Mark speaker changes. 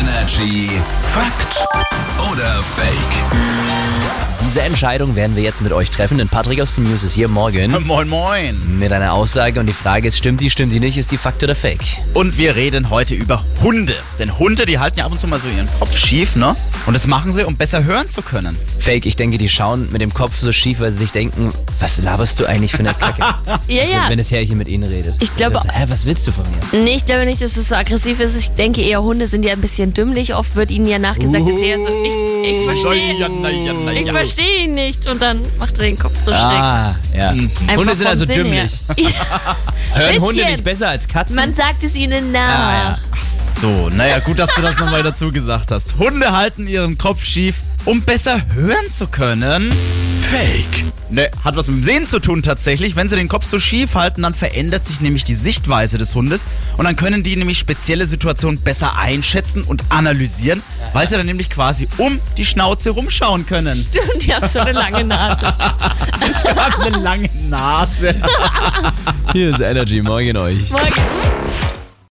Speaker 1: Energy Fakt oder Fake?
Speaker 2: Diese Entscheidung werden wir jetzt mit euch treffen, denn Patrick aus den News ist hier morgen
Speaker 3: Moin Moin.
Speaker 2: mit einer Aussage und die Frage ist, stimmt die, stimmt die nicht, ist die Fakt oder Fake?
Speaker 3: Und wir reden heute über Hunde. Denn Hunde, die halten ja ab und zu mal so ihren Kopf schief, ne? Und das machen sie, um besser hören zu können.
Speaker 2: Fake, ich denke, die schauen mit dem Kopf so schief, weil sie sich denken, was laberst du eigentlich für eine Kacke, Also,
Speaker 4: Ja, ja.
Speaker 2: wenn das Herrchen mit ihnen redet.
Speaker 4: Ich glaube-
Speaker 2: Das, hä, was willst du von mir?
Speaker 4: Nee, ich glaube nicht, dass es so aggressiv ist. Ich denke eher, Hunde sind ja ein bisschen dümmlich. Oft wird ihnen ja nachgesagt, dass sie ja so. Ich,
Speaker 2: Uh.
Speaker 4: ich verstehe. Ich verstehe ihn nicht. Und dann macht er den Kopf so schräg.
Speaker 2: Ah, ja.
Speaker 4: Einfach
Speaker 2: Hunde sind
Speaker 4: vom
Speaker 2: also
Speaker 4: Sinn
Speaker 2: dümmlich.
Speaker 4: her. Ja,
Speaker 2: Hören
Speaker 4: bisschen.
Speaker 2: Hunde nicht besser als Katzen?
Speaker 4: Man sagt es ihnen
Speaker 2: Ah,
Speaker 4: nach.
Speaker 2: ja.
Speaker 3: So, naja, gut, dass du das nochmal dazu gesagt hast. Hunde halten ihren Kopf schief, um besser hören zu können.
Speaker 1: Fake.
Speaker 3: Ne, hat was mit dem Sehen zu tun tatsächlich. Wenn sie den Kopf so schief halten, dann verändert sich nämlich die Sichtweise des Hundes und dann können die nämlich spezielle Situationen besser einschätzen und analysieren, weil sie dann nämlich quasi um die Schnauze rumschauen können.
Speaker 4: Stimmt, ich habe schon eine lange Nase.
Speaker 3: Ich hab eine ne lange Nase.
Speaker 2: Hier ist Energy, morgen euch.
Speaker 4: Morgen.